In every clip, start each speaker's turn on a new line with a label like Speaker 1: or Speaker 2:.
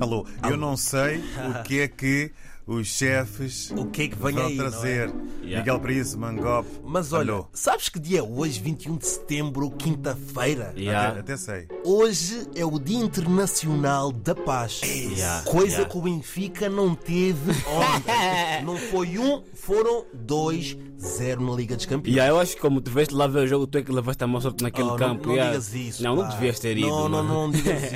Speaker 1: Alô, eu não sei o que é que os chefes
Speaker 2: O que é que vem
Speaker 1: vão
Speaker 2: aí, não é?
Speaker 1: trazer.
Speaker 3: Yeah.
Speaker 1: Miguel Paris, Mangop.
Speaker 2: Mas olha,
Speaker 1: Alô.
Speaker 2: sabes que dia é hoje, 21 de setembro, quinta-feira?
Speaker 3: Yeah.
Speaker 1: Até, até sei.
Speaker 2: Hoje é o Dia Internacional da Paz.
Speaker 3: Yeah,
Speaker 2: Coisa
Speaker 3: É yeah.
Speaker 2: que o Benfica não teve ontem. não foi um, foram dois, zero na Liga dos Campeões.
Speaker 3: E aí eu acho que como deveste lá ver o jogo, tu é que levaste a mão sorte naquele
Speaker 2: Oh,
Speaker 3: campo.
Speaker 2: Não, não
Speaker 3: yeah.
Speaker 2: digas isso.
Speaker 3: Não, não
Speaker 2: pá.
Speaker 3: devias ter ido.
Speaker 2: Não, não,
Speaker 3: mano.
Speaker 2: não, digas isso.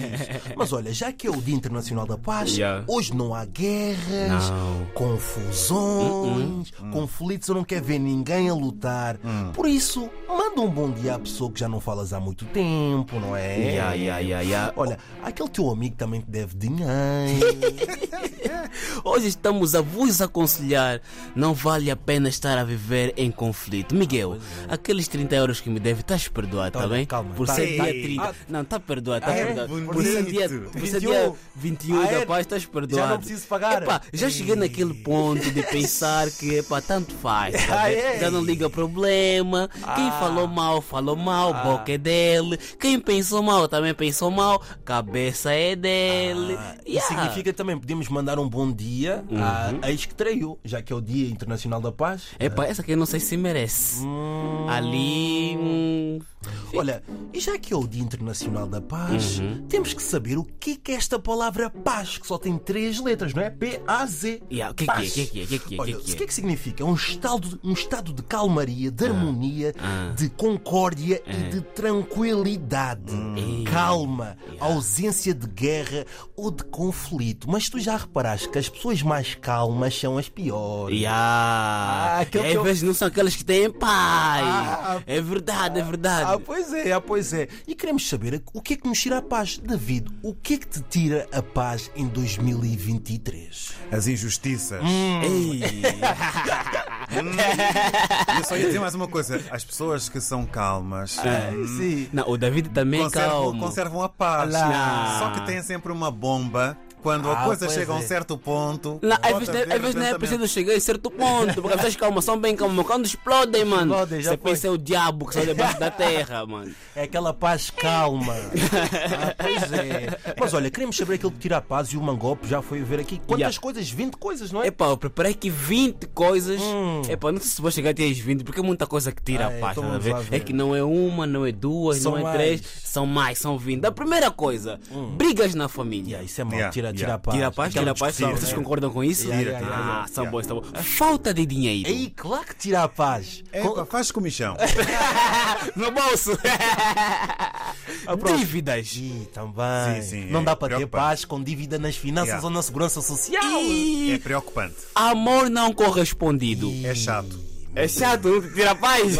Speaker 2: Mas olha, já que é o Dia Internacional da Paz,
Speaker 3: Yeah.
Speaker 2: hoje não há guerras,
Speaker 3: Não. Mm.
Speaker 2: confusões, conflitos. Eu não quero ver ninguém a lutar. Por isso, manda um bom dia à pessoa que já não falas há muito tempo, não é?
Speaker 3: Yeah, yeah, yeah, yeah.
Speaker 2: Olha, aquele teu amigo também te deve dinheiro.
Speaker 3: Hoje estamos a vos aconselhar. Não vale a pena estar a viver em conflito. Miguel, aqueles 30 euros que me deve, estás perdoado, está
Speaker 2: Olha,
Speaker 3: bem?
Speaker 2: calma,
Speaker 3: Por
Speaker 2: é. tá
Speaker 3: ser
Speaker 2: aí.
Speaker 3: dia 30. não, está perdoado, está
Speaker 2: Ah, é?
Speaker 3: perdoado. Por
Speaker 1: Bonito.
Speaker 3: ser dia, por ser dia 21
Speaker 2: Ah, é?
Speaker 3: da paz, estás perdoado.
Speaker 2: Já não preciso pagar.
Speaker 3: Epá, já cheguei naquele ponto de pensar que, epá, tanto faz. tá
Speaker 2: Ah,
Speaker 3: bem?
Speaker 2: é? Ah.
Speaker 3: Já não liga problema. Quem falou mal, falou mal, boca é dele. Quem pensou mal, também pensou mal, cabeça é dele.
Speaker 2: Ah, Isso
Speaker 3: Yeah. Uhum.
Speaker 2: significa também podemos mandar um bom dia a ex que traiu, já que é o Dia Internacional da Paz.
Speaker 3: Epá, essa aqui eu não sei se merece. Ali. hum,
Speaker 2: Olha, e já que é o Dia Internacional da Paz,
Speaker 3: Uhum.
Speaker 2: temos que saber o que é esta palavra paz, que só tem três letras, não é? P-A-Z.
Speaker 3: Yeah, o que é que é?
Speaker 2: Paz.
Speaker 3: O que é que é? O que é que é? O que
Speaker 2: Olha,
Speaker 3: é Ah. que é?
Speaker 2: o que é que significa? É um estado, um estado de calmaria, de harmonia,
Speaker 3: Ah.
Speaker 2: de concórdia e de tranquilidade.
Speaker 3: Hum.
Speaker 2: Calma, ausência de guerra ou de conflito. Mas tu já reparaste que as pessoas mais calmas são as piores.
Speaker 3: Yeah.
Speaker 2: aquele
Speaker 3: e às
Speaker 2: Ah, que eu-
Speaker 3: vezes não são aquelas que têm pai.
Speaker 2: Ah,
Speaker 3: é verdade, é verdade.
Speaker 2: Ah, pois é, ah, pois é. E queremos saber o que é que nos tira a paz. David, o que é que te tira a paz em 2023?
Speaker 1: As injustiças.
Speaker 3: Hum. Ei.
Speaker 1: E Eu só ia dizer mais uma coisa. As pessoas que são calmas hum,
Speaker 2: Sim.
Speaker 3: Não, o David também é
Speaker 1: conservam,
Speaker 3: calmo.
Speaker 1: conservam a paz.
Speaker 3: Lá.
Speaker 1: Só que têm sempre uma bomba. Quando
Speaker 2: Ah,
Speaker 1: a coisa
Speaker 2: pois
Speaker 1: chega a um
Speaker 2: é.
Speaker 1: certo ponto.
Speaker 3: Não,
Speaker 1: volta
Speaker 3: às vezes,
Speaker 1: a
Speaker 3: não é-
Speaker 1: ver
Speaker 3: às vezes não é
Speaker 1: o pensamento.
Speaker 3: preciso chegar a certo ponto, porque as pessoas calmas são bem calmas. Quando explodem, mano,
Speaker 2: Explodem, já
Speaker 3: você
Speaker 2: foi.
Speaker 3: pensa é o diabo que sai debaixo da terra, mano.
Speaker 2: É aquela paz calma. ah, pois é. Mas olha, queremos saber aquilo que tira a paz e o Mangope já foi ver aqui. Quantas
Speaker 3: Yeah.
Speaker 2: coisas? 20 coisas, não é?
Speaker 3: Epá, eu preparei aqui 20 coisas. Epá, não sei se vou chegar até às 20, porque é muita coisa que tira
Speaker 2: Ah, é,
Speaker 3: a paz,
Speaker 2: então
Speaker 3: estás a
Speaker 2: vamos lá
Speaker 3: ver?
Speaker 2: ver.
Speaker 3: É que não é uma, não é duas,
Speaker 2: São
Speaker 3: não é
Speaker 2: mais.
Speaker 3: três, são mais, são 20. A primeira coisa, brigas na família.
Speaker 2: Yeah, isso é mau.
Speaker 1: Yeah,
Speaker 2: Tira, tira
Speaker 1: yeah.
Speaker 2: a paz.
Speaker 3: Tira a paz, tira a paz.
Speaker 1: discussão,
Speaker 3: Vocês
Speaker 1: né?
Speaker 3: concordam com isso?
Speaker 2: Tira, tira,
Speaker 3: Ah,
Speaker 1: tira.
Speaker 3: são bons, são bons. Falta de dinheiro.
Speaker 2: Aí, claro que tira a paz. Com-
Speaker 1: Epa, faz comichão.
Speaker 3: No bolso.
Speaker 2: próxima.
Speaker 3: Dívidas.
Speaker 2: Ih,
Speaker 1: Sim,
Speaker 2: também.
Speaker 1: sim,
Speaker 2: não
Speaker 1: é
Speaker 2: dá para ter
Speaker 1: preocupante.
Speaker 2: paz com dívida nas finanças
Speaker 1: Yeah.
Speaker 2: ou na segurança social.
Speaker 1: É
Speaker 3: E
Speaker 1: preocupante.
Speaker 3: amor não correspondido.
Speaker 1: É chato.
Speaker 3: É chato, não te tira a paz.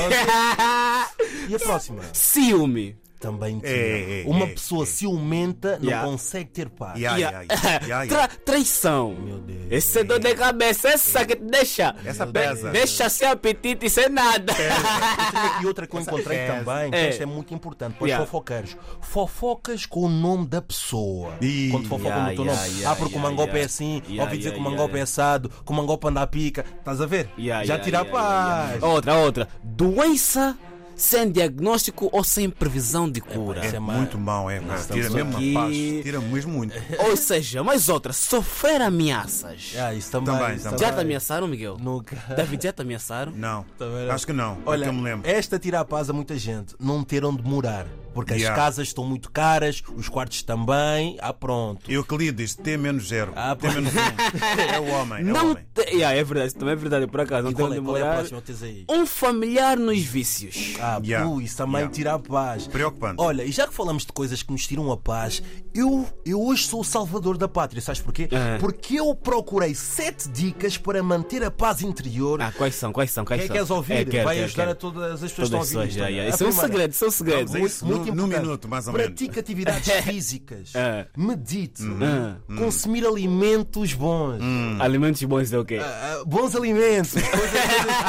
Speaker 2: E a próxima?
Speaker 3: Ciúme.
Speaker 2: Também tira.
Speaker 1: É, é,
Speaker 2: Uma
Speaker 1: é,
Speaker 2: pessoa
Speaker 1: é.
Speaker 2: ciumenta não
Speaker 3: Yeah.
Speaker 2: consegue ter paz.
Speaker 1: Yeah,
Speaker 3: Yeah.
Speaker 1: yeah, yeah, yeah,
Speaker 3: Tra
Speaker 1: yeah.
Speaker 3: traição.
Speaker 2: Meu Deus.
Speaker 3: Essa dor de cabeça, essa que te deixa.
Speaker 1: Essa
Speaker 3: De-
Speaker 1: pesa.
Speaker 3: Deixa sem apetite, sem nada.
Speaker 2: Outra- E outra que eu encontrei
Speaker 1: É.
Speaker 2: também, que
Speaker 3: É.
Speaker 2: esta é muito importante, para os
Speaker 3: Yeah.
Speaker 2: fofoqueiros. Fofocas com o nome da pessoa.
Speaker 1: Ih,
Speaker 2: Quando fofocam
Speaker 3: yeah,
Speaker 2: no teu
Speaker 3: yeah,
Speaker 2: nome.
Speaker 3: yeah,
Speaker 2: ah, porque
Speaker 3: yeah,
Speaker 2: o mangope é
Speaker 3: yeah.
Speaker 2: assim,
Speaker 3: Yeah,
Speaker 2: ouvi dizer
Speaker 3: yeah,
Speaker 2: que o mangope
Speaker 3: yeah.
Speaker 2: é assado, que o mangope anda a pica. Estás a ver?
Speaker 3: Yeah,
Speaker 2: Já
Speaker 3: yeah,
Speaker 2: tira a
Speaker 3: yeah, yeah,
Speaker 2: paz.
Speaker 3: yeah. Outra, outra. Doença sem diagnóstico ou sem previsão de cura.
Speaker 2: Isso
Speaker 1: É
Speaker 2: é má.
Speaker 1: muito mau, é. pá. Tira
Speaker 3: estamos
Speaker 1: mesmo
Speaker 3: aqui.
Speaker 1: a paz. Tira mesmo muito.
Speaker 3: Ou seja, mais outra, sofrer ameaças.
Speaker 2: Ah, isso também.
Speaker 1: Também,
Speaker 2: isso
Speaker 1: também.
Speaker 3: Já te ameaçaram, Miguel?
Speaker 2: Nunca.
Speaker 3: David, já te ameaçaram?
Speaker 1: Não.
Speaker 2: Também
Speaker 1: Acho que não. é
Speaker 2: Olha,
Speaker 1: que eu me lembro.
Speaker 2: esta tira a paz a muita gente. Não ter onde morar. Porque
Speaker 1: Yeah.
Speaker 2: as casas estão muito caras, os quartos também. Ah, pronto.
Speaker 1: Euclides, T menos zero.
Speaker 2: Ah,
Speaker 1: T menos um. É o homem. É o
Speaker 3: Não
Speaker 1: homem.
Speaker 3: te... Yeah, é verdade, isso também é verdade, por acaso. Não
Speaker 2: E
Speaker 3: tem
Speaker 2: qual é,
Speaker 3: onde
Speaker 2: qual é a
Speaker 3: morar.
Speaker 2: próxima que tens aí?
Speaker 3: Um familiar nos vícios.
Speaker 2: Ah,
Speaker 1: Yeah.
Speaker 2: pô, isso também
Speaker 1: Yeah.
Speaker 2: tira a paz.
Speaker 1: Preocupante.
Speaker 2: Olha, e já que falamos de coisas que nos tiram a paz, eu, eu hoje sou o salvador da pátria, sabes porquê?
Speaker 3: Ah.
Speaker 2: Porque eu procurei sete dicas para manter a paz interior.
Speaker 3: Ah, quais são? Quais são? Quais
Speaker 2: Quem
Speaker 3: são?
Speaker 2: queres ouvir?
Speaker 3: É, quero,
Speaker 2: Vai
Speaker 3: quero,
Speaker 2: ajudar
Speaker 3: quero.
Speaker 2: a todas as pessoas
Speaker 3: Todas
Speaker 2: que estão a ouvir.
Speaker 3: as pessoas,
Speaker 2: isto,
Speaker 3: já,
Speaker 2: olha.
Speaker 3: já.
Speaker 2: né? A
Speaker 3: Isso é um
Speaker 2: primeira,
Speaker 3: segredo, isso é um segredo.
Speaker 1: Vamos a isso.
Speaker 2: muito
Speaker 1: Num- num
Speaker 2: importante.
Speaker 1: minuto, mais ou menos.
Speaker 2: Pratique atividades
Speaker 3: É.
Speaker 2: físicas.
Speaker 3: Ah.
Speaker 2: Medite.
Speaker 3: Ah.
Speaker 2: Consumir alimentos bons.
Speaker 3: Hum. Alimentos bons é o quê?
Speaker 2: Ah, bons alimentos. coisas- coisas assim.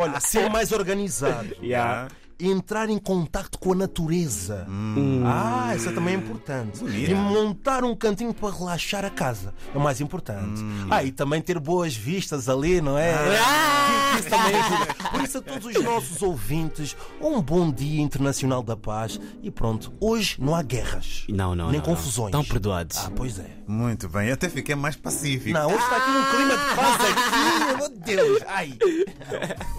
Speaker 2: Olha, ser mais organizado.
Speaker 3: Yeah.
Speaker 2: entrar em contato com a natureza.
Speaker 3: Hum.
Speaker 2: Ah, isso também é importante.
Speaker 1: Bonito.
Speaker 2: E montar um cantinho para relaxar a casa. É o mais importante. Ah, e também ter boas vistas ali, não é?
Speaker 3: Hum. Ah.
Speaker 2: Que- que isso também
Speaker 3: é
Speaker 2: ajuda. Por isso, a todos os nossos ouvintes, um bom Dia Internacional da Paz. E pronto, hoje não há guerras.
Speaker 3: Não, não,
Speaker 2: Nem
Speaker 3: não, não.
Speaker 2: confusões.
Speaker 3: Estão perdoados.
Speaker 2: Ah, pois é.
Speaker 1: Muito bem, eu até fiquei mais pacífico.
Speaker 2: Não, hoje está aqui um clima de paz aqui, meu Deus. Ai.